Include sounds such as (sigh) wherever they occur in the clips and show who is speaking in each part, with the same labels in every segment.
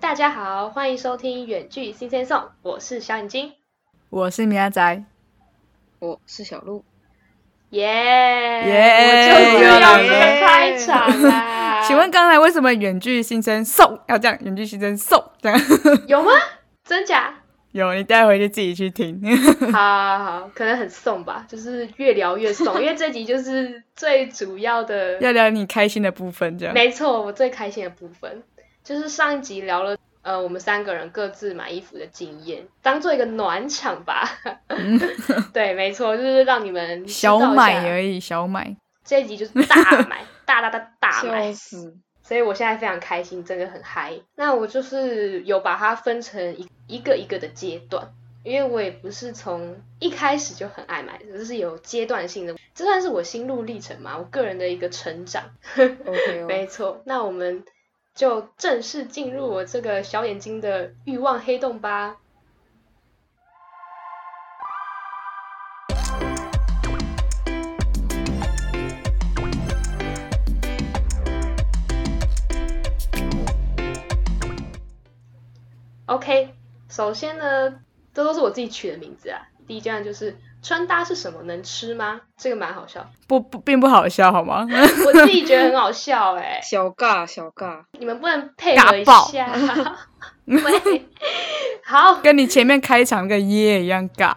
Speaker 1: 大家好，欢迎收听《远距新鲜送》，我是小眼睛，
Speaker 2: 我是米阿仔，
Speaker 3: 我是小鹿。
Speaker 1: 耶
Speaker 2: 耶
Speaker 1: 我就是要这
Speaker 2: 又来
Speaker 1: 个
Speaker 2: 了
Speaker 1: 开场啦
Speaker 2: (laughs) 。请问刚才为什么远距新生送要这样？远距新生送这样
Speaker 1: (laughs)
Speaker 2: (laughs)
Speaker 1: 有吗？真假？
Speaker 2: 有，你待会就自己去听。 (laughs)
Speaker 1: 好好好，可能很送吧，就是越聊越送，因为这集就是最主要的
Speaker 2: 要聊你开心的部分，这样
Speaker 1: 没错，我最开心的部分就是上一集聊了，呃，我们三个人各自买衣服的经验，当做一个暖场吧。 (laughs) 对，没错，就是让你们知道
Speaker 2: 嗯小
Speaker 1: 一下
Speaker 2: 买而已，小买。
Speaker 1: 这一集就是大
Speaker 2: (laughs)
Speaker 1: 买，大大大大
Speaker 3: 笑
Speaker 1: 买。
Speaker 3: 死！
Speaker 1: 所以我现在非常开心，真的很嗨。那我就是有把它分成一一个一个的阶段，因为我也不是从一开始就很爱买，就是有阶段性的，这算是我心路历程嘛，我个人的一个成长。
Speaker 3: OK 哦，
Speaker 1: 没错，那我们就正式进入我这个小眼睛的欲望黑洞吧。OK，首先呢，这都是我自己取的名字啊。第一阶段就是穿搭是什么，能吃吗？这个蛮好笑，
Speaker 2: 不不，并不好笑，好吗？ (laughs)
Speaker 1: 我自己觉得很好笑哎、
Speaker 3: 小尬小尬，
Speaker 1: 你们不能配合一下
Speaker 2: (laughs) 尬？
Speaker 1: 喂，好，
Speaker 2: 跟你前面开场那个耶一样尬。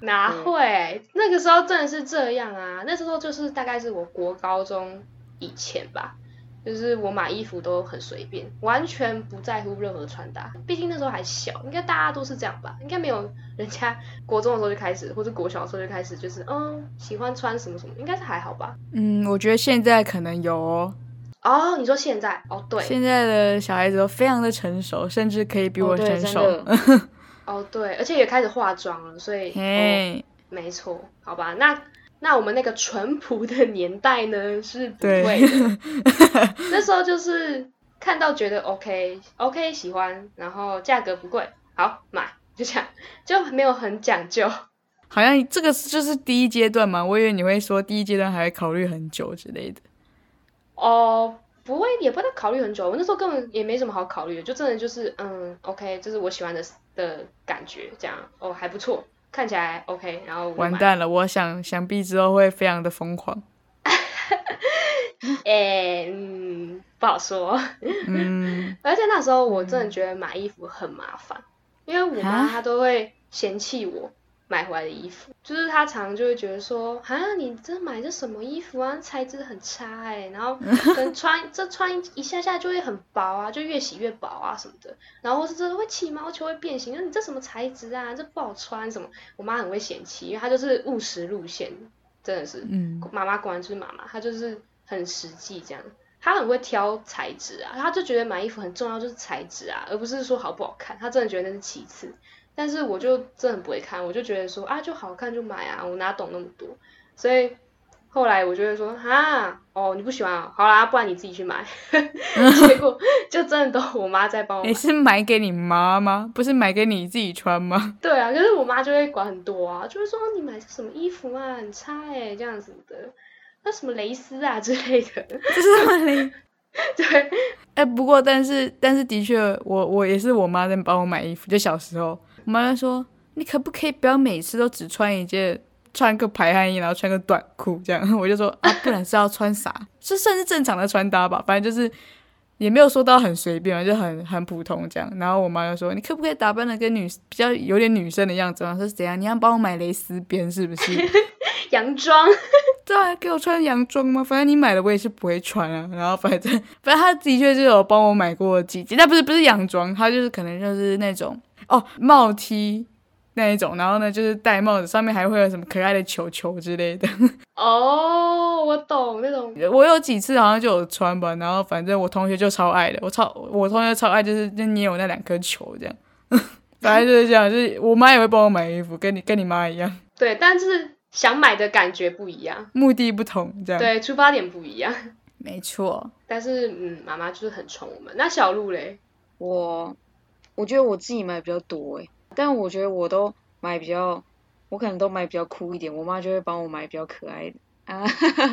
Speaker 1: 哪会？那个时候真的是这样啊，那时候就是大概是我国高中以前吧，就是我买衣服都很随便，完全不在乎任何穿搭。毕竟那时候还小，应该大家都是这样吧？应该没有人家国中的时候就开始，或者国小的时候就开始，就是嗯喜欢穿什么什么，应该是还好吧？
Speaker 2: 嗯，我觉得现在可能有哦。
Speaker 1: 哦，你说现在？哦，对，
Speaker 2: 现在的小孩子都非常的成熟，甚至可以比
Speaker 3: 哦
Speaker 2: 我
Speaker 3: 对
Speaker 2: 成
Speaker 3: 真
Speaker 2: 熟。
Speaker 3: 的
Speaker 1: 哦对，而且也开始化妆了，所以哦
Speaker 2: (laughs) 嘿，
Speaker 1: 没错，好吧，那那我们那个淳朴的年代呢是不
Speaker 2: 对
Speaker 1: 会的，那时候就是看到觉得 OK OK 喜欢，然后价格不贵，好买，就这样，就没有很讲究。
Speaker 2: (laughs) 好像这个就是第一阶段嘛。我以为你会说第一阶段还会考虑很久之类的。
Speaker 1: 哦，不会，也不会考虑很久。我那时候根本也没什么好考虑的，就真的就是嗯，OK，这是我喜欢的的感觉，这样哦还不错，看起来 OK，然后我就
Speaker 2: 完
Speaker 1: 买
Speaker 2: 蛋了，我想想必之后会非常的疯狂。
Speaker 1: 诶、嗯，不好说。
Speaker 2: 嗯，
Speaker 1: 而且那时候我真的觉得买衣服很麻烦，因为我妈
Speaker 2: 啊
Speaker 1: 她都会嫌弃我买回来的衣服，就是她常就会觉得说啊，你这买这什么衣服啊，材质很差哎、然后可能穿这穿一下下就会很薄啊，就越洗越薄啊什么的，然后或是这会起毛球会变形，那你这什么材质啊，这不好穿什么，我妈很会嫌弃，因为她就是务实路线，真的是，
Speaker 2: (laughs) 嗯，
Speaker 1: 妈妈果然就是妈妈，她就是很实际这样。她很会挑材质啊，她就觉得买衣服很重要就是材质啊，而不是说好不好看。她真的觉得那是其次。但是我就真的很不会看，我就觉得说啊，就好看就买啊，我哪懂那么多。所以后来我就会说啊，哦，你不喜欢、啊，好啦，不然你自己去买。 (laughs) 结果就真的都我妈在帮我买
Speaker 2: 你。是买给你妈吗？不是买给你自己穿吗？
Speaker 1: 对啊，可是我妈就会管很多啊，就会说你买什么衣服啊，很差哎、这样子的，那什么蕾丝啊之类的。(laughs)
Speaker 2: (laughs) 这是什么嘞？
Speaker 1: 对，
Speaker 2: 哎、不过但是但是的确，我我也是我妈在帮我买衣服，就小时候，我妈就说你可不可以不要每次都只穿一件。穿个排汗衣，然后穿个短裤，这样 (laughs) 我就说啊，不然是要穿啥？这算是正常的穿搭吧，反正就是也没有说到很随便嘛，就很很普通这样。然后我妈就说，你可不可以打扮的跟女比较有点女生的样子嘛？我说怎样？你要帮我买蕾丝边是不是？
Speaker 1: 洋装，
Speaker 2: 对啊，给我穿洋装吗？反正你买了我也是不会穿啊。然后反正 (laughs) 反正他的确是有帮我买过几件，但不是不是洋装，他就是可能就是那种哦帽 T 那一种，然后呢就是戴帽子，上面还会有什么可爱的球球之类的。 (laughs)
Speaker 1: 哦，我懂那种，
Speaker 2: 我有几次好像就有穿吧，然后反正我同学就超爱的，我超我同学超爱就是就捏我那两颗球这样。 (laughs) 反正就是这样，就是我妈也会帮我买衣服，跟你跟你妈一样，
Speaker 1: 对，但是想买的感觉不一样，
Speaker 2: 目的不同这样。，
Speaker 1: 对，出发点不一样。
Speaker 2: 没错。
Speaker 1: 但是，嗯，妈妈就是很宠我们。那小鹿嘞，
Speaker 3: 我我觉得我自己买比较多哎，但我觉得我都买比较，我可能都买比较酷一点，我妈就会帮我买比较可爱的啊，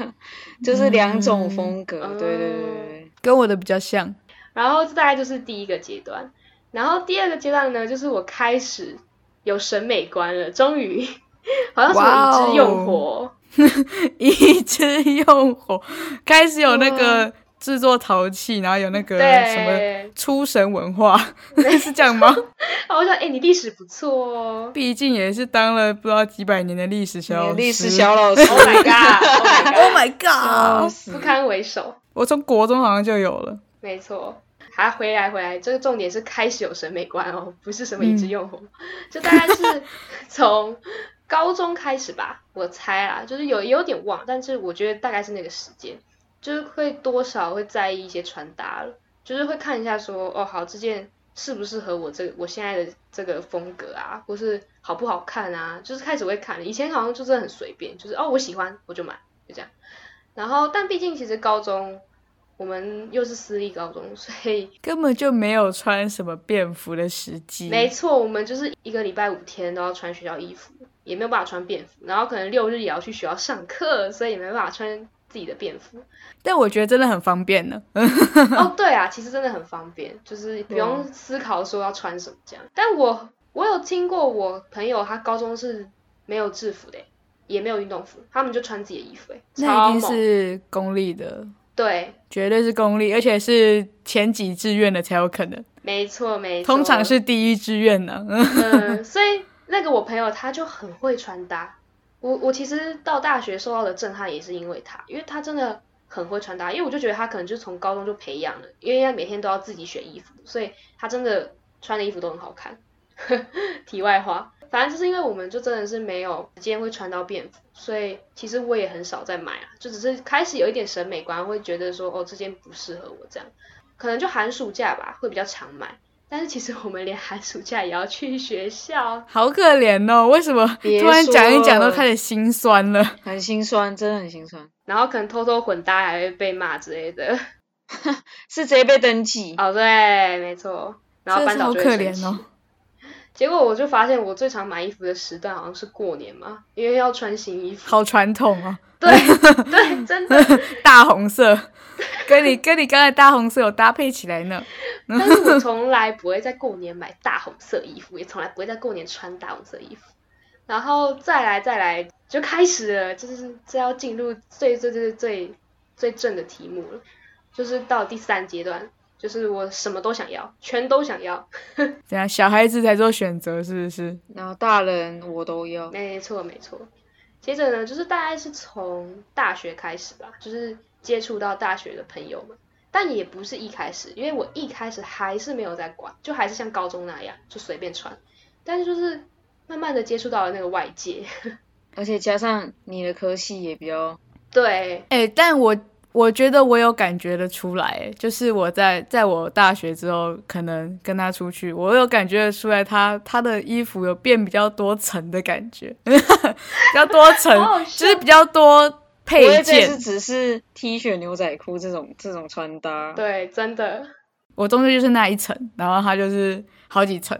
Speaker 3: (laughs) 就是两种风格，
Speaker 1: 嗯
Speaker 3: 对对对对对，
Speaker 2: 跟我的比较像，
Speaker 1: 然后这大概就是第一个阶段。然后第二个阶段呢，就是我开始有审美观了，终于 (laughs) 好像什么已知用火，
Speaker 2: 哦 (laughs) 一支用火，开始有那个制作陶器，然后有那个呃什么
Speaker 1: 对，
Speaker 2: 出神文化， (laughs) 是这样吗？
Speaker 1: 啊，我想，哎、你历史不错哦。
Speaker 2: 毕竟也是当了不知道几百年的历史小老
Speaker 3: 历史
Speaker 2: 师
Speaker 3: 小老师
Speaker 1: Oh my god！Oh my god！
Speaker 2: Oh my
Speaker 3: 笑
Speaker 2: god！
Speaker 1: 不
Speaker 3: 死，
Speaker 1: 堪回首，
Speaker 2: 我从国中好像就有了，
Speaker 1: 没错。还回来回来，这个重点是开始有审美观哦， (laughs) 不是什么一直用火，就大概是从高中开始吧，我猜啦，就是有也有点忘，但是我觉得大概是那个时间，就是会多少会在意一些穿搭了，就是会看一下说，哦，好，这件适不适合我这我现在的这个风格啊，或是好不好看啊，就是开始会看了，以前好像就真的很随便，就是哦我喜欢我就买，就这样。然后，但毕竟其实高中我们又是私立高中，所以
Speaker 2: 根本就没有穿什么便服的时机。
Speaker 1: 没错，我们就是一个礼拜五天都要穿学校衣服，也没有办法穿便服，然后可能六日也要去学校上课，所以也没办法穿自己的便
Speaker 2: (laughs)
Speaker 1: 服。
Speaker 2: 但我觉得真的很方便呢。
Speaker 1: 哦，对啊，其实真的很方便，就是不用
Speaker 2: 嗯
Speaker 1: 思考说要穿什么这样。但我我有听过我朋友他高中是没有制服的，欸也没有运动服，他们就穿自己的衣服，欸
Speaker 2: 那
Speaker 1: 超
Speaker 2: 一定
Speaker 1: 猛。
Speaker 2: 是公立的，
Speaker 1: 对，
Speaker 2: 绝对是公立，而且是前几志愿的才有可能，
Speaker 1: 没错没错，
Speaker 2: 通常是第一志愿呢。
Speaker 1: 嗯，所以那个我朋友他就很会穿搭。我我其实到大学受到的震撼也是因为他，因为他真的很会穿搭。因为我就觉得他可能就是从高中就培养了，因为他每天都要自己选衣服，所以他真的穿的衣服都很好看。 (laughs) 题外话，反正就是因为我们就真的是没有时间会穿到便服，所以其实我也很少在买啊，就只是开始有一点审美观，会觉得说哦这件不适合我这样，可能就寒暑假吧会比较常买。但是其实我们连寒暑假也要去学校，
Speaker 2: 好可怜哦，为什么
Speaker 3: 别
Speaker 2: 突然讲一讲
Speaker 3: 说
Speaker 2: 都
Speaker 3: 了
Speaker 2: 开始心酸了？
Speaker 3: 很心酸，真的很心酸，
Speaker 1: 然后可能偷偷混搭还会被骂之类的。
Speaker 3: 是直接被登记。
Speaker 1: 哦，对，没错。然后
Speaker 2: 真的
Speaker 1: 班
Speaker 2: 是
Speaker 1: 导
Speaker 2: 好
Speaker 1: 就
Speaker 2: 可
Speaker 1: 会生
Speaker 2: 怜
Speaker 1: 气。
Speaker 2: 哦。
Speaker 1: (laughs) 结果我就发现我最常买衣服的时段好像是过年嘛，因为要穿新衣服。
Speaker 2: 好传统哦， (laughs)
Speaker 1: 对对，真的。
Speaker 2: 大红色，
Speaker 1: (laughs)
Speaker 2: 跟你跟你刚才大红色有搭配起来呢。
Speaker 1: 但是我从来不会在过年买大红色衣服，也从来不会在过年穿大红色衣服。然后再来再来，就开始了，就是这要进入最最最最最正的题目了，就是到第三阶段，就是我什么都想要，全都想要。
Speaker 2: 怎样？小孩子才做选择是不是？
Speaker 3: 然后大人我都要，
Speaker 1: 没错没错。接着呢，就是大概是从大学开始吧，就是接触到大学的朋友们，但也不是一开始，因为我一开始还是没有在管，就还是像高中那样就随便穿，但是就是慢慢的接触到了那个外界，
Speaker 3: 而且加上你的科系也比较，
Speaker 1: 对，
Speaker 2: 哎、但我我觉得我有感觉得出来，就是我在在我大学之后，可能跟他出去，我有感觉得出来他，他的衣服有变比较多层的感觉， (laughs) 比较多层
Speaker 1: 好好，
Speaker 2: 就是比较多
Speaker 3: 不
Speaker 2: 配
Speaker 3: 会再是
Speaker 2: 件。
Speaker 3: 只是 T 恤、牛仔裤这种这种穿搭，
Speaker 1: 对，真的，
Speaker 2: 我中间就是那一层，然后他就是好几层，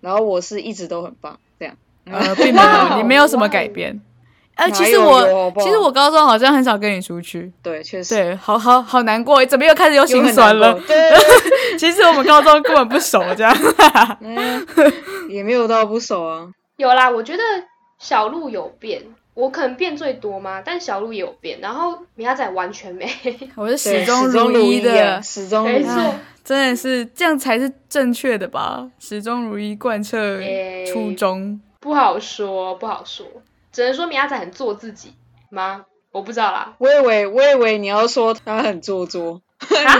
Speaker 3: 然后我是一直都很棒，这样
Speaker 2: 呃，并
Speaker 3: (laughs)
Speaker 2: 没有，
Speaker 1: 哇
Speaker 2: 你没有什么
Speaker 1: 哇
Speaker 2: 改变。呃，
Speaker 3: 嗯哪
Speaker 2: 其实
Speaker 3: 有有
Speaker 2: 我
Speaker 3: 好不好
Speaker 2: 其实我高中好像很少跟你出去，
Speaker 3: 对，确实
Speaker 2: 对，好好好难过，怎么又开始又
Speaker 3: 又
Speaker 2: 心
Speaker 3: 很
Speaker 2: 酸
Speaker 3: 难
Speaker 2: 了
Speaker 3: 过？对
Speaker 2: (laughs)
Speaker 3: 对对
Speaker 2: 其实我们高中根本不熟，
Speaker 3: (laughs)
Speaker 2: 这样。
Speaker 3: 嗯，也没有到不熟啊，
Speaker 1: 有啦，我觉得小鹿有变，我可能变最多嘛，但小鹿也有变，然后米亚仔完全没，
Speaker 2: 我是始
Speaker 3: 对
Speaker 2: 终
Speaker 3: 始终
Speaker 2: 如一
Speaker 3: 一
Speaker 2: 的
Speaker 3: 啊，，始终如
Speaker 1: 没
Speaker 3: 一啊
Speaker 1: 错，
Speaker 2: 哎真的是这样才是正确的吧？始终如一，贯彻
Speaker 1: 哎
Speaker 2: 初衷。
Speaker 1: 不好说，不好说，只能说米亚仔很做自己吗？我不知道啦，
Speaker 3: 我以为我以为你要说他很做
Speaker 2: (laughs)
Speaker 3: 作，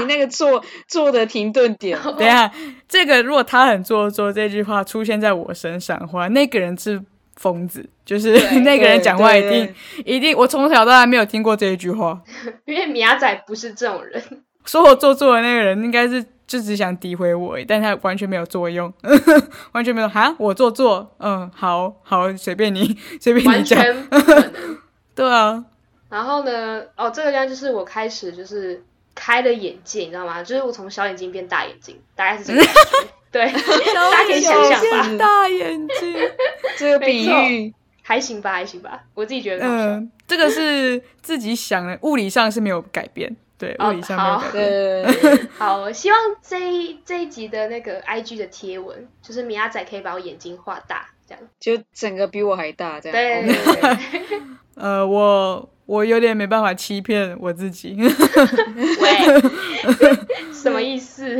Speaker 3: 你那个做做的停顿点，
Speaker 2: 等
Speaker 3: (laughs)
Speaker 2: 一下，这个如果他很做作，这句话出现在我身上的话，那个人是疯子，就是
Speaker 1: 对
Speaker 2: (laughs) (laughs) 那个人讲话一
Speaker 3: 对
Speaker 2: 定一定，我从小到大没有听过这一句话。
Speaker 1: 因为米亚仔不是这种人，
Speaker 2: 说我做作的那个人，应该是就只想诋毁我而已，但他完全没有作用， (laughs) 完全没有哈，我做作，嗯，好好，随便你，随便
Speaker 1: 完
Speaker 2: 你讲，
Speaker 1: 全不可能。
Speaker 2: 对啊，
Speaker 1: 然后呢，哦，这个地方就是我开始就是开了眼界，你知道吗？就是我从小眼睛变大眼睛，大概是这个感觉。对，大家可以想象吧，
Speaker 3: 吧
Speaker 2: 大眼睛。
Speaker 3: 这个比喻
Speaker 1: 还行吧，还行吧，我自己觉得很好笑。
Speaker 2: 嗯，这个是自己想的，物理上是没有改变，对，
Speaker 1: 哦
Speaker 2: 物理上没有改
Speaker 1: 好
Speaker 2: 变。
Speaker 3: 对对对对
Speaker 1: 好，我希望这一这一集的那个 IG 的贴文，就是米亚仔可以把我眼睛画大，这样。
Speaker 3: 就整个比我还大这样。
Speaker 1: 对
Speaker 3: OK
Speaker 1: 对对
Speaker 2: 呃，我我有点没办法欺骗我自己。 (laughs)
Speaker 1: 对， (laughs) 喂，什么意 (laughs) 思？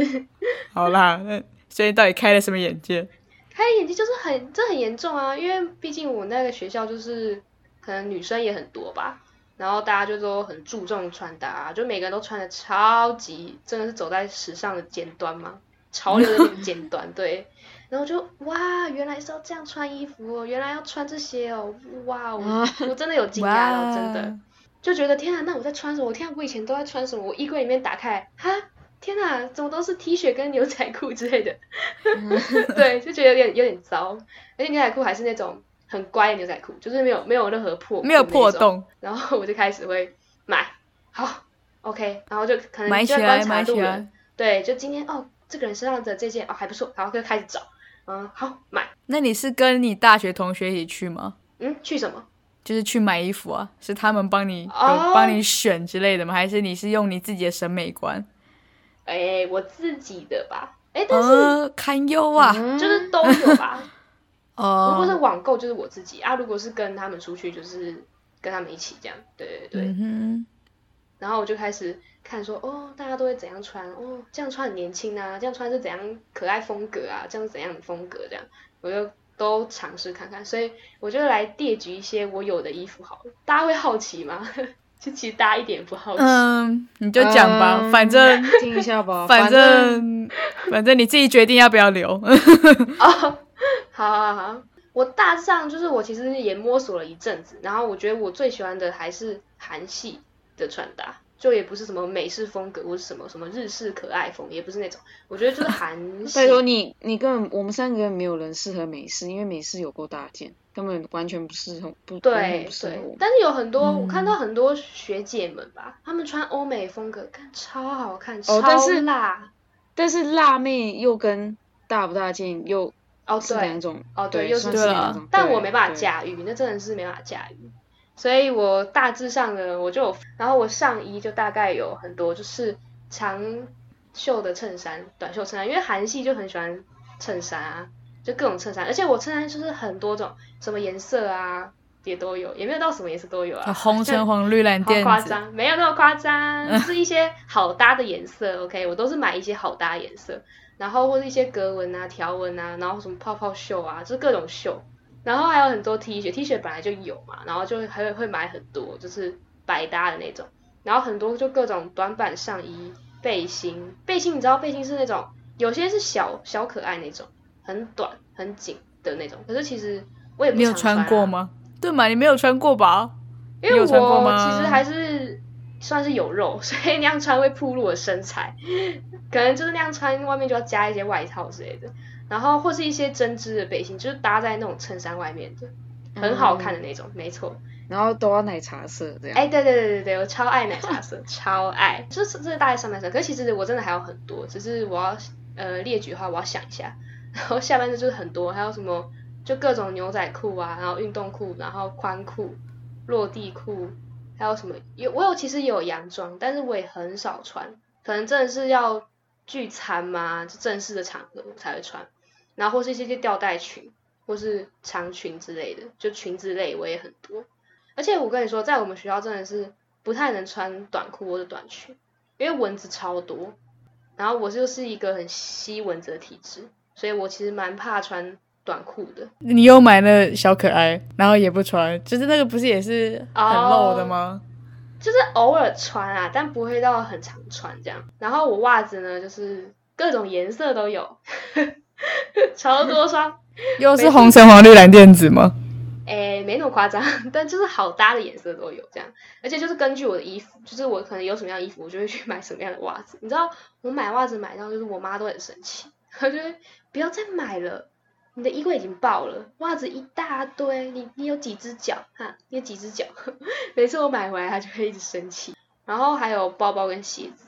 Speaker 2: 好啦，那所以到底开了什么眼界？
Speaker 1: 开眼睛就是很，这很严重啊，因为毕竟我那个学校就是可能女生也很多吧，然后大家就都很注重穿搭、啊就每个人都穿的超级，真的是走在时尚的尖端嘛，潮流的那个尖端，对。然后就哇，原来是要这样穿衣服哦，原来要穿这些哦，哇， (laughs) 我我真的有惊讶到，真的。就觉得天啊，那我在穿什么？我天啊，我以前都在穿什么？我衣柜里面打开，哈，天啊，怎么都是 T 恤跟牛仔裤之类的？ (laughs) 对，就觉得有点有点糟。而且牛仔裤还是那种很乖的牛仔裤，就是没有没有任何破
Speaker 2: 没有
Speaker 1: 那种
Speaker 2: 破。洞，
Speaker 1: 然后我就开始会买，好，OK，然后就可能
Speaker 2: 买
Speaker 1: 嗯就
Speaker 2: 起
Speaker 1: 在观
Speaker 2: 来，
Speaker 1: 察
Speaker 2: 买
Speaker 1: 路
Speaker 2: 起
Speaker 1: 人
Speaker 2: 来。，
Speaker 1: 对，就今天哦，这个人身上的这件哦还不错，然后就开始找，嗯，好买，
Speaker 2: 那你是跟你大学同学一起去吗？
Speaker 1: 嗯，去什么？
Speaker 2: 就是去买衣服啊？是他们帮你有
Speaker 1: 哦
Speaker 2: 帮你选之类的吗？还是你是用你自己的审美观？
Speaker 1: 哎，我自己的吧，哎，但是
Speaker 2: 呃，堪忧啊！
Speaker 3: 嗯
Speaker 1: 就是都有吧。如果是
Speaker 2: 哦，
Speaker 1: 网购就是我自己啊，如果是跟他们出去就是跟他们一起这样，对对对。
Speaker 2: 嗯
Speaker 1: 然后我就开始看说，哦，大家都会怎样穿，哦，这样穿很年轻啊，这样穿是怎样可爱风格啊，这样是怎样的风格这样，我就都尝试看看。所以我就来列举一些我有的衣服好了，大家会好奇吗？ (laughs) 就其实大家一点也不好
Speaker 2: 哼，
Speaker 1: 奇，
Speaker 2: 嗯，你就讲吧，
Speaker 3: 嗯
Speaker 2: 反正
Speaker 3: 听一下
Speaker 1: 哦
Speaker 3: 吧，
Speaker 2: (laughs) 反
Speaker 3: 反
Speaker 2: 正反正你自己决定要不要留。
Speaker 1: 好好好，我大致上就是我其实也摸索了一阵子，然后我觉得我最喜欢的还是韩系的穿搭，就也不是什么美式风格或是什么什么日式可爱风，也不是那种，我觉得就是韩系
Speaker 3: (laughs) 拜。托你，你根本我们三个没有人适合美式，因为美式有够大件，根本完全不适合，不完全
Speaker 1: 对
Speaker 3: 不适合
Speaker 1: 对
Speaker 3: 我，。
Speaker 1: 但是有很多、
Speaker 2: 嗯
Speaker 1: 我看到很多学姐们吧，她们穿欧美风格，看超好看，
Speaker 3: 哦但是
Speaker 1: 超辣
Speaker 3: 但是辣妹又跟大不大件又
Speaker 1: 哦，
Speaker 3: 是
Speaker 1: 对
Speaker 3: 两种，
Speaker 1: 哦对
Speaker 3: 对，
Speaker 1: 又是
Speaker 3: 算
Speaker 2: 对啦
Speaker 3: 两种，
Speaker 1: 但
Speaker 3: 嗯对
Speaker 1: 我没办法。
Speaker 3: 对
Speaker 1: 驾驭，那真的是没办法驾驭。所以我大致上呢，我就有，然后我上衣就大概有很多就是长袖的衬衫、短袖衬衫，因为韩系就很喜欢衬衫啊，就各种衬衫，而且我衬衫就是很多种，什么颜色啊也都有，也没有到什么颜色都有啊，
Speaker 2: 红橙黄绿蓝
Speaker 1: 好
Speaker 2: 靛
Speaker 1: 夸
Speaker 2: 紫，
Speaker 1: 张，没有那么夸张，
Speaker 2: (laughs)
Speaker 1: 就是一些好搭的颜色。OK，我都是买一些好搭的颜色，然后或者一些格纹啊、条纹啊，然后什么泡泡袖啊，就是各种袖。然后还有很多 T 恤，T 恤本来就有嘛，然后就还会会买很多，就是百搭的那种。然后很多就各种短版上衣、背心，背心你知道背心是那种有些是小小可爱那种，很短很紧的那种，可是其实我也不
Speaker 2: 你有
Speaker 1: 常穿、啊、
Speaker 2: 穿过吗？对嘛，你没有穿过吧？
Speaker 1: 因为
Speaker 2: 你有
Speaker 1: 我
Speaker 2: 穿过吗
Speaker 1: 其实还是算是有肉，所以那样穿会暴露我身材，可能就是那样穿外面就要加一些外套之类的，然后或是一些针织的背心，就是搭在那种衬衫外面的，很
Speaker 2: 嗯
Speaker 1: 好看的那种，没错。
Speaker 3: 然后都要奶茶色这样。
Speaker 1: 哎，对对对对对，我超爱奶茶色，超爱，就是这是大概上半身，可是其实我真的还有很多，只是我要呃列举的话，我要想一下， (laughs) 然后下半身就是很多，还有什么就各种牛仔裤啊，然后运动裤，然后宽裤、落地裤，还有什么有我有其实也有洋装，但是我也很少穿，可能真的是要聚餐嘛，就正式的场合我才会穿，然后或是一些吊带裙或是长裙之类的，就裙子类我也很多。而且我跟你说，在我们学校真的是不太能穿短裤或者短裙，因为蚊子超多。然后我就是一个很吸蚊子的体质，所以我其实蛮怕穿短裤的。
Speaker 2: 你又买了小可爱，然后也不穿，就是那个不是也是很露的
Speaker 1: 哦
Speaker 2: 吗？
Speaker 1: 就是偶尔穿啊，但不会到很常穿这样。然后我袜子呢，就是各种颜色都有， (laughs) 超多双，
Speaker 2: 又是红橙黄绿蓝靛紫吗？
Speaker 1: 诶，没那么夸张， (laughs) 但就是好搭的颜色都有这样，而且就是根据我的衣服，就是我可能有什么样的衣服，我就会去买什么样的袜子。你知道，我买袜子买到就是我妈都很生气，她就会不要再买了，你的衣柜已经爆了，袜子一大堆，你你有几只脚哈？你有几只脚？ (laughs) 每次我买回来，她就会一直生气。然后还有包包跟鞋子，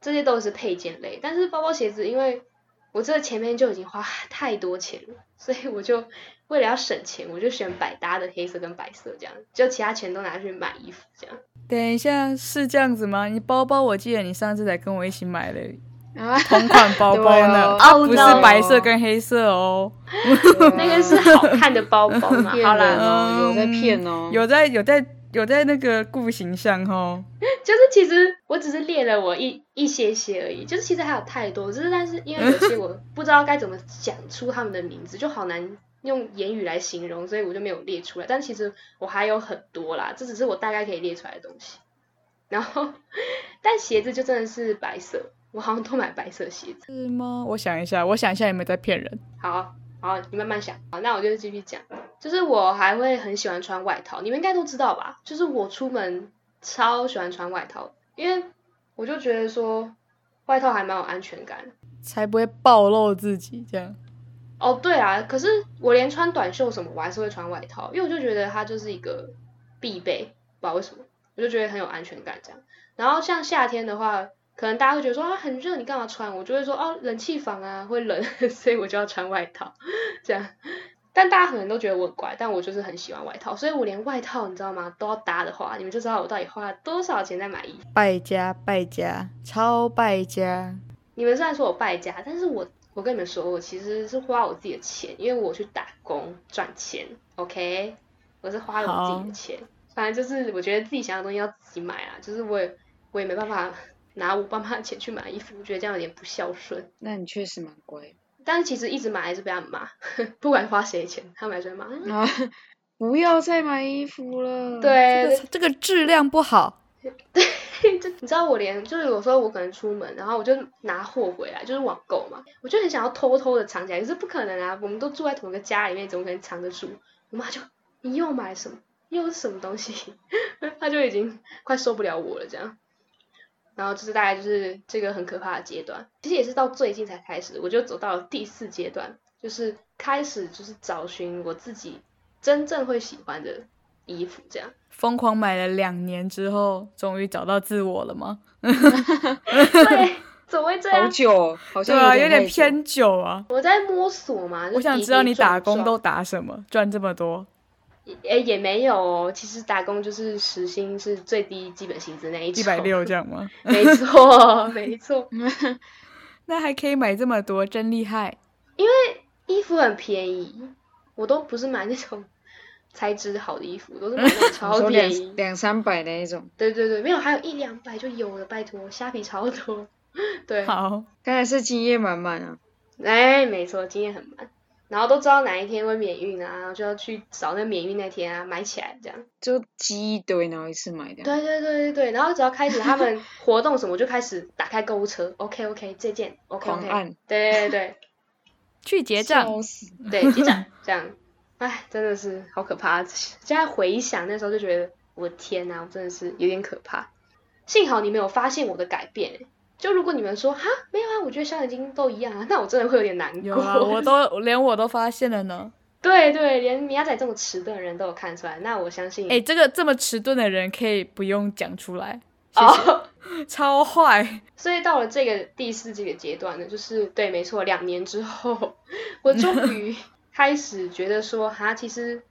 Speaker 1: 这些都是配件类，但是包包鞋子因为我这前面就已经花太多钱了，所以我就为了要省钱，我就选百搭的黑色跟白色这样，就其他钱都拿去买衣服这样。
Speaker 2: 等一下，是这样子吗？你包包，我记得你上次才跟我一起买了
Speaker 3: 啊，
Speaker 2: 同款包包呢，啊
Speaker 1: 对哦 Oh
Speaker 2: 不是
Speaker 1: no
Speaker 2: 白色跟黑色哦。
Speaker 1: (laughs) 那个
Speaker 3: (laughs)
Speaker 1: 是好看的包包嘛？
Speaker 3: 骗
Speaker 1: 好
Speaker 3: 人
Speaker 1: 啦，
Speaker 3: 哦，有在
Speaker 2: 嗯
Speaker 3: 骗哦，
Speaker 2: 有在有在有在那个顾形象哦。
Speaker 1: (laughs) 就是其实我只是列了我一一些些而已，就是其实还有太多，只是但是因为有些我不知道该怎么讲出他们的名字，就好难用言语来形容，所以我就没有列出来。但其实我还有很多啦，这只是我大概可以列出来的东西。然后， (laughs) 但鞋子就真的是白色，我好像都买白色鞋子。
Speaker 2: 是吗？我想一下，我想一下有没有在骗人。
Speaker 1: 好好，你慢慢想。好，那我就继续讲，就是我还会很喜欢穿外套，你们应该都知道吧？就是我出门超喜欢穿外套，因为我就觉得说外套还蛮有安全感。
Speaker 2: 才不会暴露自己这样。
Speaker 1: 哦，对啊，可是我连穿短袖什么，我还是会穿外套，因为我就觉得它就是一个必备，不知道为什么，我就觉得很有安全感这样。然后像夏天的话，可能大家会觉得说啊很热，你干嘛穿？我就会说哦冷气房啊会冷， (laughs) 所以我就要穿外套这样。但大家可能都觉得我很乖，但我就是很喜欢外套，所以我连外套你知道吗都要搭的话，你们就知道我到底花了多少钱在买衣服。
Speaker 2: 败家，败家，超败家。
Speaker 1: 你们虽然说我败家，但是我我跟你们说，我其实是花我自己的钱，因为我去打工赚钱，OK，我是花了我自己的钱。反正就是我觉得自己想要的东西要自己买啊，就是我也我也没办法 (laughs) 拿我爸妈的钱去买衣服，我觉得这样有点不孝顺。
Speaker 3: 那你确实蛮乖
Speaker 1: 但是其实一直买还是被他们骂， (laughs) 不管花谁的钱，他们还是会骂。嗯
Speaker 3: 啊， (laughs) 不要再买衣服了。，
Speaker 2: 嗯这
Speaker 1: 对，啊
Speaker 2: 个这个质量不好，
Speaker 1: 就你知道我连就是有时候我可能出门，然后我就拿货回来，就是网购嘛，我就很想要偷偷的藏起来，可是不可能啊，我们都住在同一个家里面，怎么可能藏得住？我妈就你又买什么？又是什么东西？ (laughs) 她就已经快受不了我了这样。然后就是大概就是这个很可怕的阶段，其实也是到最近才开始，我就走到了第四阶段，就是开始就是找寻我自己真正会喜欢的衣服这样。 (laughs)
Speaker 2: 疯狂买了两年之后，终于找到自我了吗？
Speaker 1: 对，怎么会这样
Speaker 3: 好？久哦，好
Speaker 2: 对
Speaker 3: 像
Speaker 2: 啊，
Speaker 3: 有
Speaker 2: 有
Speaker 3: 点
Speaker 2: 点
Speaker 3: 太久
Speaker 2: 偏久啊。
Speaker 1: 我在摸索嘛，就是
Speaker 2: 我想
Speaker 1: 跌
Speaker 2: 知道
Speaker 1: 跌
Speaker 2: 你打
Speaker 1: 撞
Speaker 2: 工都打什么，赚这么多。
Speaker 1: 撞诶也没有哦，其实打工就是时薪是最低基本薪资那一种，
Speaker 2: 一百，六这样吗？
Speaker 1: 没错没错，
Speaker 2: 那还可以买这么多，真厉害！
Speaker 1: 衣服很便宜，我都不是买那种材质好的衣服，都是买那
Speaker 2: (laughs)
Speaker 1: 种
Speaker 3: 我
Speaker 1: 超
Speaker 3: 说
Speaker 1: 便
Speaker 3: 两
Speaker 1: 宜，
Speaker 3: 两三百的那种。
Speaker 1: 对对对，没有还有一两百就有了，拜托，虾皮超多，对，
Speaker 2: 好，
Speaker 3: 当然是经验满满啊。
Speaker 1: 哎，没错，经验很满，然后都知道哪一天会免运啊，然后就要去找那免运那天啊买起来这样。
Speaker 3: 就积一堆，然后一次买的。
Speaker 1: 对对对对对，然后只要开始他
Speaker 2: (laughs)
Speaker 1: 们活动什么，我就开始打开购物车，OK OK，这件 OK
Speaker 3: 狂
Speaker 1: OK，
Speaker 3: 按
Speaker 1: 对对对
Speaker 2: 去结账。
Speaker 3: 笑死！
Speaker 2: (laughs)
Speaker 1: 对对，结账这样，哎，真的是好可怕！啊现在回想那时候就觉得，我天哪，我真的是有点可怕。幸好你们有发现我的改变、欸，就如果你们说哈没有啊，我觉得小眼睛都一样啊，那我真 (laughs) 的会有点难
Speaker 2: 有
Speaker 1: 过。
Speaker 2: 啊， (laughs) 我都连我都发现了呢。
Speaker 1: (laughs) 对对，连米亚仔这么迟钝的人都有看出来，那我相信，
Speaker 2: 哎、这个这么迟钝的人可以不用讲出来， (laughs)
Speaker 1: 哦，
Speaker 2: 超坏。
Speaker 1: 所以到了这个第四这个阶段呢，就是对，没错，两年之后，我终于开始觉得说，哈，其实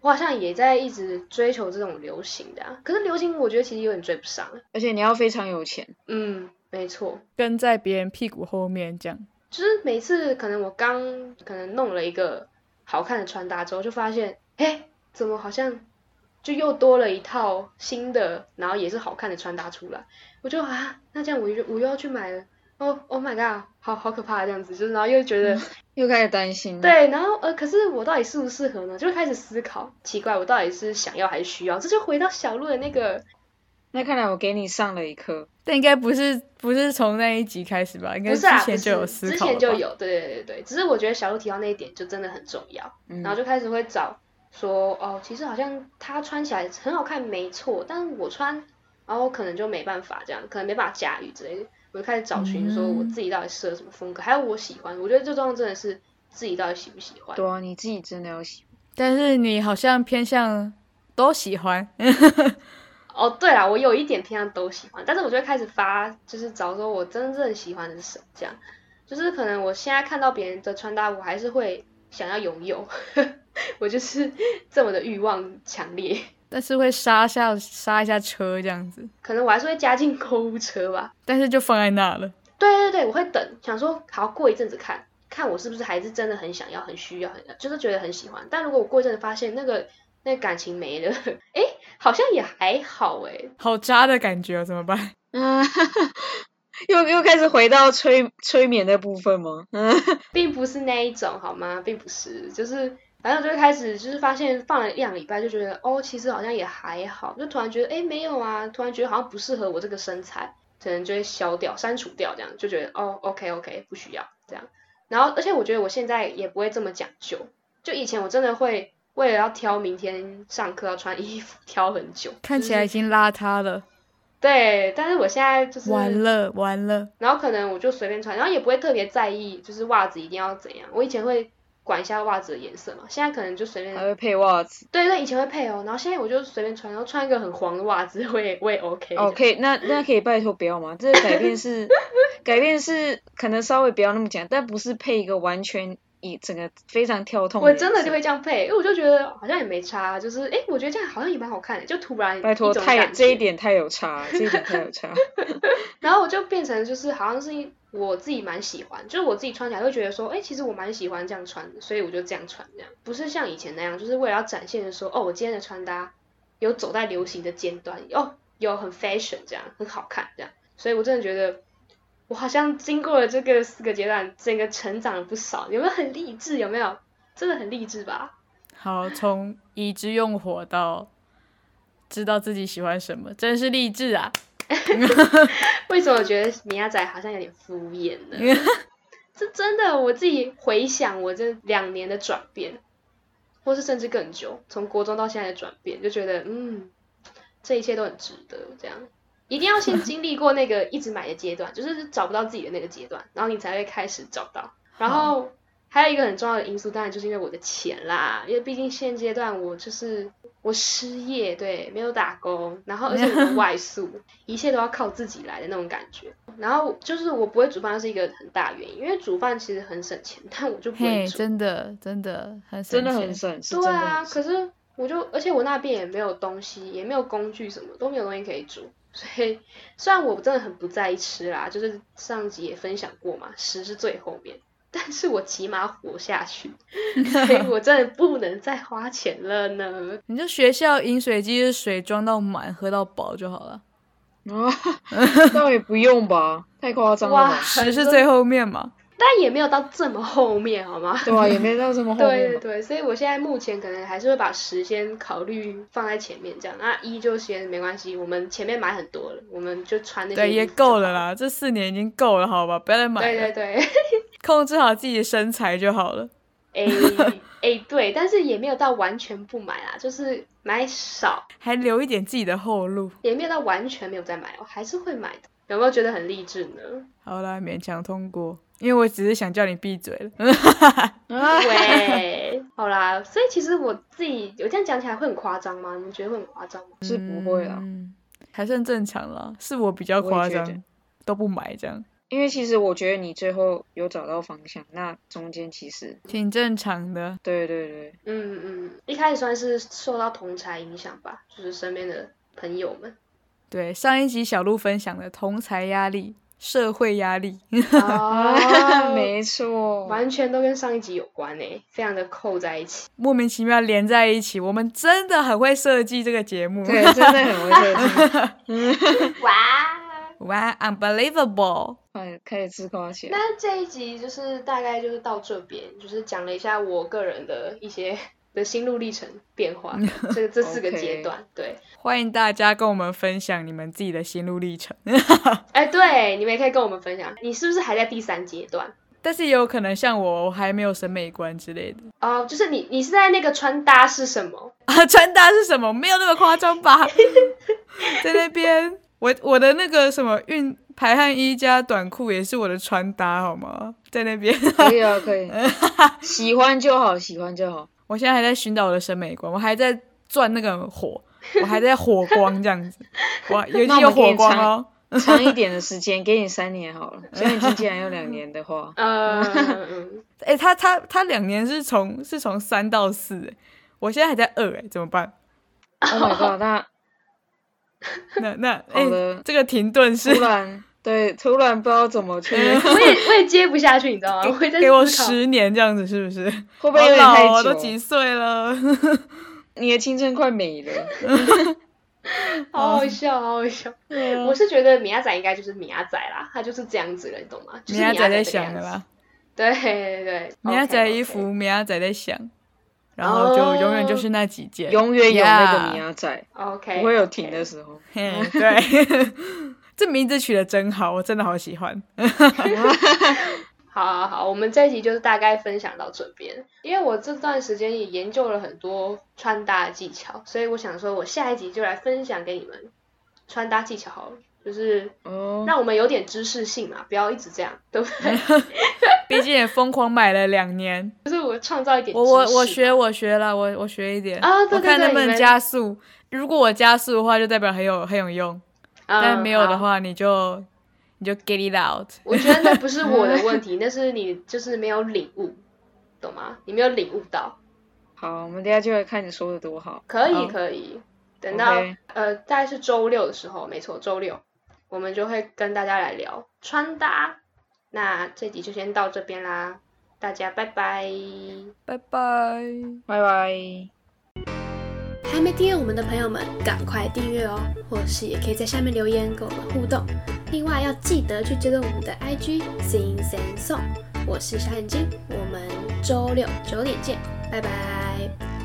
Speaker 1: 我好像也在一直追求这种流行的、啊，可是流行我觉得其实有点追不上。啊
Speaker 3: 而且你要非常有钱，
Speaker 1: 嗯，没错，
Speaker 2: 跟在别人屁股后面这样，
Speaker 1: 就是每次可能我刚可能弄了一个好看的穿搭之后，就发现，哎，怎么好像就又多了一套新的，然后也是好看的穿搭出来，我就啊，那这样我又我又要去买了。哦、oh,，Oh my god，好好可怕，这样子，就是然后又觉得
Speaker 2: 嗯
Speaker 3: 又开始担心。，
Speaker 1: (laughs) 对，然后呃，可是我到底适不适合呢？就会开始思考，奇怪，我到底是想要还是需要？这就回到小鹿的那个，
Speaker 3: 那看来我给你上了一课。
Speaker 2: 但应该不是不是从那一集开始吧？应该
Speaker 1: 不
Speaker 2: 之
Speaker 1: 是啊，
Speaker 2: 前就有
Speaker 1: 不
Speaker 2: 思
Speaker 1: 是，之
Speaker 2: 考了吧，
Speaker 1: 前就有，对对对对。只是我觉得小鹿提到那一点就真的很重要，
Speaker 3: 嗯，
Speaker 1: 然后就开始会找说，哦，其实好像他穿起来很好看，没错，但是我穿，然后可能就没办法这样，可能没办法驾驭之类的。我就开始找寻说我
Speaker 2: 嗯
Speaker 1: 自己到底适合什么风格，还有我喜欢，我觉得最重要真的是自己到底喜不喜欢。
Speaker 3: 对啊，你自己真的要喜欢。
Speaker 2: 但是你好像偏向都喜欢， (laughs)
Speaker 1: 哦，对啦，我有一点偏向都喜欢，但是我就会开始发，就是找说我真正喜欢的是什么，这样，就是可能我现在看到别人的穿搭，我还 (laughs) 是会想要拥有，我就是这么的欲望强烈。
Speaker 2: 但是会刹下刹一下车这样子，
Speaker 1: 可能我还是会加进购物车吧。
Speaker 2: 但是就放在那了。
Speaker 1: 对对对，我会等，想说好过一阵子看看我是不是还是真的很想要、很需要、很就是觉得很喜欢。但如果我过一阵子发现那个那个感情没了， (laughs) 哎，好像也还好哎。
Speaker 2: 好渣的感觉、哦，怎么办？
Speaker 1: (laughs)
Speaker 3: 嗯，又又开始回到催催眠的部分吗？ (laughs) 嗯，
Speaker 1: 并不是那一种好吗？并不是，就是反正就会开始就是发现放了一两个礼拜就觉得哦，其实好像也还好，就突然觉得哎没有啊，突然觉得好像不适合我这个身材，可能就会消掉、删除掉这样，就觉得哦 OK OK 不需要这样。然后而且我觉得我现在也不会这么讲究，就以前我真的会为了要挑明天上课要穿衣服挑很久，
Speaker 2: 看起来已
Speaker 1: 就是
Speaker 2: 经邋遢了，
Speaker 1: 对，但是我现在就是
Speaker 2: 完了完了，
Speaker 1: 然后可能我就随便穿，然后也不会特别在意，就是袜子一定要怎样。我以前会管一下袜子的颜色嘛，现在可能就随便
Speaker 3: 还。会配袜子。
Speaker 1: 对对，以前会配哦，然后现在我就随便穿，然后穿一个很黄的袜子， (laughs) 我也我也 OK 的。
Speaker 3: 哦，可以，那那可以拜托不要吗？这个改变
Speaker 1: (laughs)
Speaker 3: 是改变是可能稍微不要那么讲，但不是配一个完全以整个非常跳痛。
Speaker 1: 我真的就会这样配，因为我就觉得好像也没差，就是哎，我觉得这样好像也蛮好看的，就突然
Speaker 3: 拜托
Speaker 1: 一种
Speaker 3: 太
Speaker 1: 感
Speaker 3: 这一
Speaker 1: 觉
Speaker 3: 点太有差，这一点太有差。
Speaker 1: 然后我就变成就是好像是我自己蛮喜欢，就是我自己穿起来会觉得说，哎、其实我蛮喜欢这样穿的，所以我就这样穿，这样不是像以前那样，就是为了要展现说，哦，我今天的穿搭有走在流行的尖端，哦，有很 fashion 这样，很好看这样，所以我真的觉得。我好像经过了这个四个阶段，整个成长了不少，有没有很励志？有没有真的很励志吧？
Speaker 2: 好，从以之用火到知道自己喜欢什么，真是励志啊！
Speaker 1: 为什么我觉得米亚仔好像有点敷衍呢？是真的，我自己回想我这两年的转变，或是甚至更久，从国中到现在的转变，就觉得嗯，这一切都很值得。这样一定要先经历过那个一直买的阶段，就是找不到自己的那个阶段，然后你才会开始找到。然后还有一个很重要的因素，当然就是因为我的钱啦，因为毕竟现阶段我就是我失业，对，没有打工，然后而且我的外宿，一切都要靠自己来的那种感觉。然后就是我不会煮饭是一个很大原因，因为煮饭其实很省钱，但我就不会
Speaker 2: 嘿，
Speaker 1: 煮。
Speaker 2: 真的真的很省
Speaker 3: 真的很
Speaker 2: 钱
Speaker 3: 省，是真
Speaker 1: 对
Speaker 3: 的
Speaker 1: 啊，
Speaker 3: 很省。
Speaker 1: 可是我就，而且我那边也没有东西，也没有工具什么，都没有东西可以煮。所以虽然我真的很不在意吃啦，就是上集也分享过嘛，食是最后面，但是我起码活下去，所以我真的不能再花钱了呢。
Speaker 2: 你就学校饮水机的水装到满，喝到饱就好了。
Speaker 3: 啊，倒也不用吧，太夸张了吧
Speaker 1: 哇？
Speaker 2: 十是最后面嘛？
Speaker 1: 但也没有到这么后面，好吗？
Speaker 3: 对啊，也没到这么后
Speaker 1: 对
Speaker 3: 面
Speaker 1: 对
Speaker 3: 吧。
Speaker 1: 对，所以我现在目前可能还是会把十先考虑放在前面，这样那一就先没关系，我们前面买很多了，我们就穿那些
Speaker 2: 对，也
Speaker 1: 衣服就
Speaker 2: 够了
Speaker 1: 好。
Speaker 2: 啦，这四年已经够了，好吧，不要再买
Speaker 1: 对
Speaker 2: 了，
Speaker 1: 对对，
Speaker 2: 控制好自己的身材就好了。 (laughs)
Speaker 1: 哎哎，对，但是也没有到完全不买啦，就是买少，
Speaker 2: 还留一点自己的后路。
Speaker 1: 也没有到完全没有在买，我还是会买的。有没有觉得很励志
Speaker 2: (laughs)
Speaker 1: 呢？
Speaker 2: 好啦，勉强通过，因为我只是想叫你闭嘴了。
Speaker 3: 啊，
Speaker 1: 喂，好啦，所以其实我自己有这样讲起来会很夸张吗？你们觉得会很夸张吗？
Speaker 3: 是不会啦，
Speaker 2: 嗯，还算正常啦，是我比较
Speaker 3: 啊我也
Speaker 2: 夸
Speaker 3: 觉得
Speaker 2: 张，都不买这样，
Speaker 3: 因为其实我觉得你最后有找到方向，那中间其实
Speaker 2: 挺正常的。
Speaker 3: 对对对，
Speaker 1: 嗯嗯，一开始算是受到同才影响吧，就是身边的朋友们。
Speaker 2: 对，上一集小鹿分享的同才压力、社会压力， (laughs)
Speaker 1: 哦
Speaker 3: (laughs) 没错，
Speaker 1: 完全都跟上一集有关诶、非常的扣在一起。
Speaker 2: 莫名其妙连在一起，我们真的很会设计这个节目。
Speaker 3: 对，真的很会设计，
Speaker 1: 哇！
Speaker 2: 哇，unbelievable！
Speaker 3: 哎开始自夸起来。
Speaker 1: 那这一集就是大概就是到这边，就是讲了一下我个人的一些的心路历程变
Speaker 2: (laughs)
Speaker 1: 化，这这四个
Speaker 3: OK
Speaker 1: 阶段。对，
Speaker 2: 欢迎大家跟我们分享你们自己的心路历程， (laughs)
Speaker 1: 哎，对，你们也可以跟我们分享，你是不是还在第三阶段？
Speaker 2: 但是也有可能像我，我还没有审美观之类的
Speaker 1: 哦，就是你，你是在那个穿搭是什么？，
Speaker 2: 啊。 (laughs) 穿搭是什么？没有那么夸
Speaker 3: (laughs)
Speaker 2: 张吧？在那边，我我的那个什么运排汗衣加短裤也是我的穿搭好吗？在那边， (laughs)
Speaker 3: 可以啊，可以，喜欢就好，喜欢就好。
Speaker 2: 我现在还在寻找我的审美观，我还在转那个火，我还在火光这样子，哇，尤
Speaker 3: 那
Speaker 2: 其
Speaker 3: 我
Speaker 2: 有
Speaker 3: 们给
Speaker 2: 火
Speaker 3: 你
Speaker 2: 光
Speaker 3: 尝
Speaker 2: 哦。
Speaker 3: 长一点的时间，给你三年好了。虽然已经既然有两年的话
Speaker 1: (laughs)
Speaker 2: (laughs)
Speaker 1: 呃，嗯嗯
Speaker 2: 哎、他他他两年是从是从三到四、欸，我现在还在二哎、欸，怎么办？
Speaker 3: Oh my god！那
Speaker 2: 那那哎、
Speaker 3: 好的
Speaker 2: 这个停顿是
Speaker 3: 突然对，突然不知道怎么去，会
Speaker 1: 我也我也接不下去，你知道吗？我也在
Speaker 2: 给我
Speaker 1: 思考
Speaker 2: 十年这样子，是不是？
Speaker 3: 不会有点
Speaker 2: 好老
Speaker 3: 太
Speaker 2: 哦，
Speaker 3: 久？
Speaker 2: 都几岁了？
Speaker 3: 你的青春快没了。 (laughs)
Speaker 1: 好
Speaker 2: 啊
Speaker 1: 好笑，好好笑。我是觉得米亚仔应该就是米亚仔啦，他就是这样子了，你懂吗？就是
Speaker 2: 米亚仔
Speaker 1: 这
Speaker 2: 在
Speaker 1: 个
Speaker 2: 想
Speaker 1: 样
Speaker 2: 的
Speaker 1: 子
Speaker 2: 啦，
Speaker 1: 对对对，
Speaker 2: 米亚仔
Speaker 3: OK，OK
Speaker 2: 衣服，米亚仔在想，然后就
Speaker 1: 哦
Speaker 2: 永远就是那几件，
Speaker 3: 永远有那个
Speaker 2: Yeah
Speaker 3: 米
Speaker 1: 啊
Speaker 3: 亚仔，
Speaker 1: OK，
Speaker 3: 不会有停的时候。
Speaker 2: 嘿，对， (laughs) 这名字取得真好，我真的好喜欢。
Speaker 1: 好好好，我们这一集就是大概分享到这边，因为我这段时间也研究了很多穿搭的技巧，所以我想说，我下一集就来分享给你们穿搭技巧好了，就是
Speaker 3: 哦，
Speaker 1: 让我们有点知识性嘛，不要一直这样，对不对？ (laughs)
Speaker 2: 毕竟也疯狂买了两年，
Speaker 1: 就是我创造一点
Speaker 2: 我
Speaker 1: 知
Speaker 2: 我
Speaker 1: 识
Speaker 2: 我学我学了，我我学一点
Speaker 1: 啊对
Speaker 2: 我
Speaker 1: 对
Speaker 2: 看
Speaker 1: 对
Speaker 2: 能不
Speaker 1: 你
Speaker 2: 能
Speaker 1: 们
Speaker 2: 加速。如果我加速的话，就代表很有很有用，
Speaker 1: 嗯
Speaker 2: 但没有的
Speaker 1: 好
Speaker 2: 话，你就你就 get it out。
Speaker 1: 我觉得那不是我的问题，那是你就是没有领悟，懂吗？你没有领悟到，
Speaker 3: 好，我们等一下就来看你说的多好。
Speaker 1: 可以
Speaker 2: 好
Speaker 1: 可以，等到
Speaker 3: OK
Speaker 1: 呃大概是周六的时候，没错，周六我们就会跟大家来聊穿搭。那这集就先到这边啦，大家拜拜。
Speaker 2: 拜拜。
Speaker 3: 拜拜。
Speaker 4: 还没订阅我们的朋友们，赶快订阅哦！或是也可以在下面留言跟我们互动。另外要记得去追踪我们的 IG Sing Sing Song。我是小眼睛，我们周六九点见，拜拜。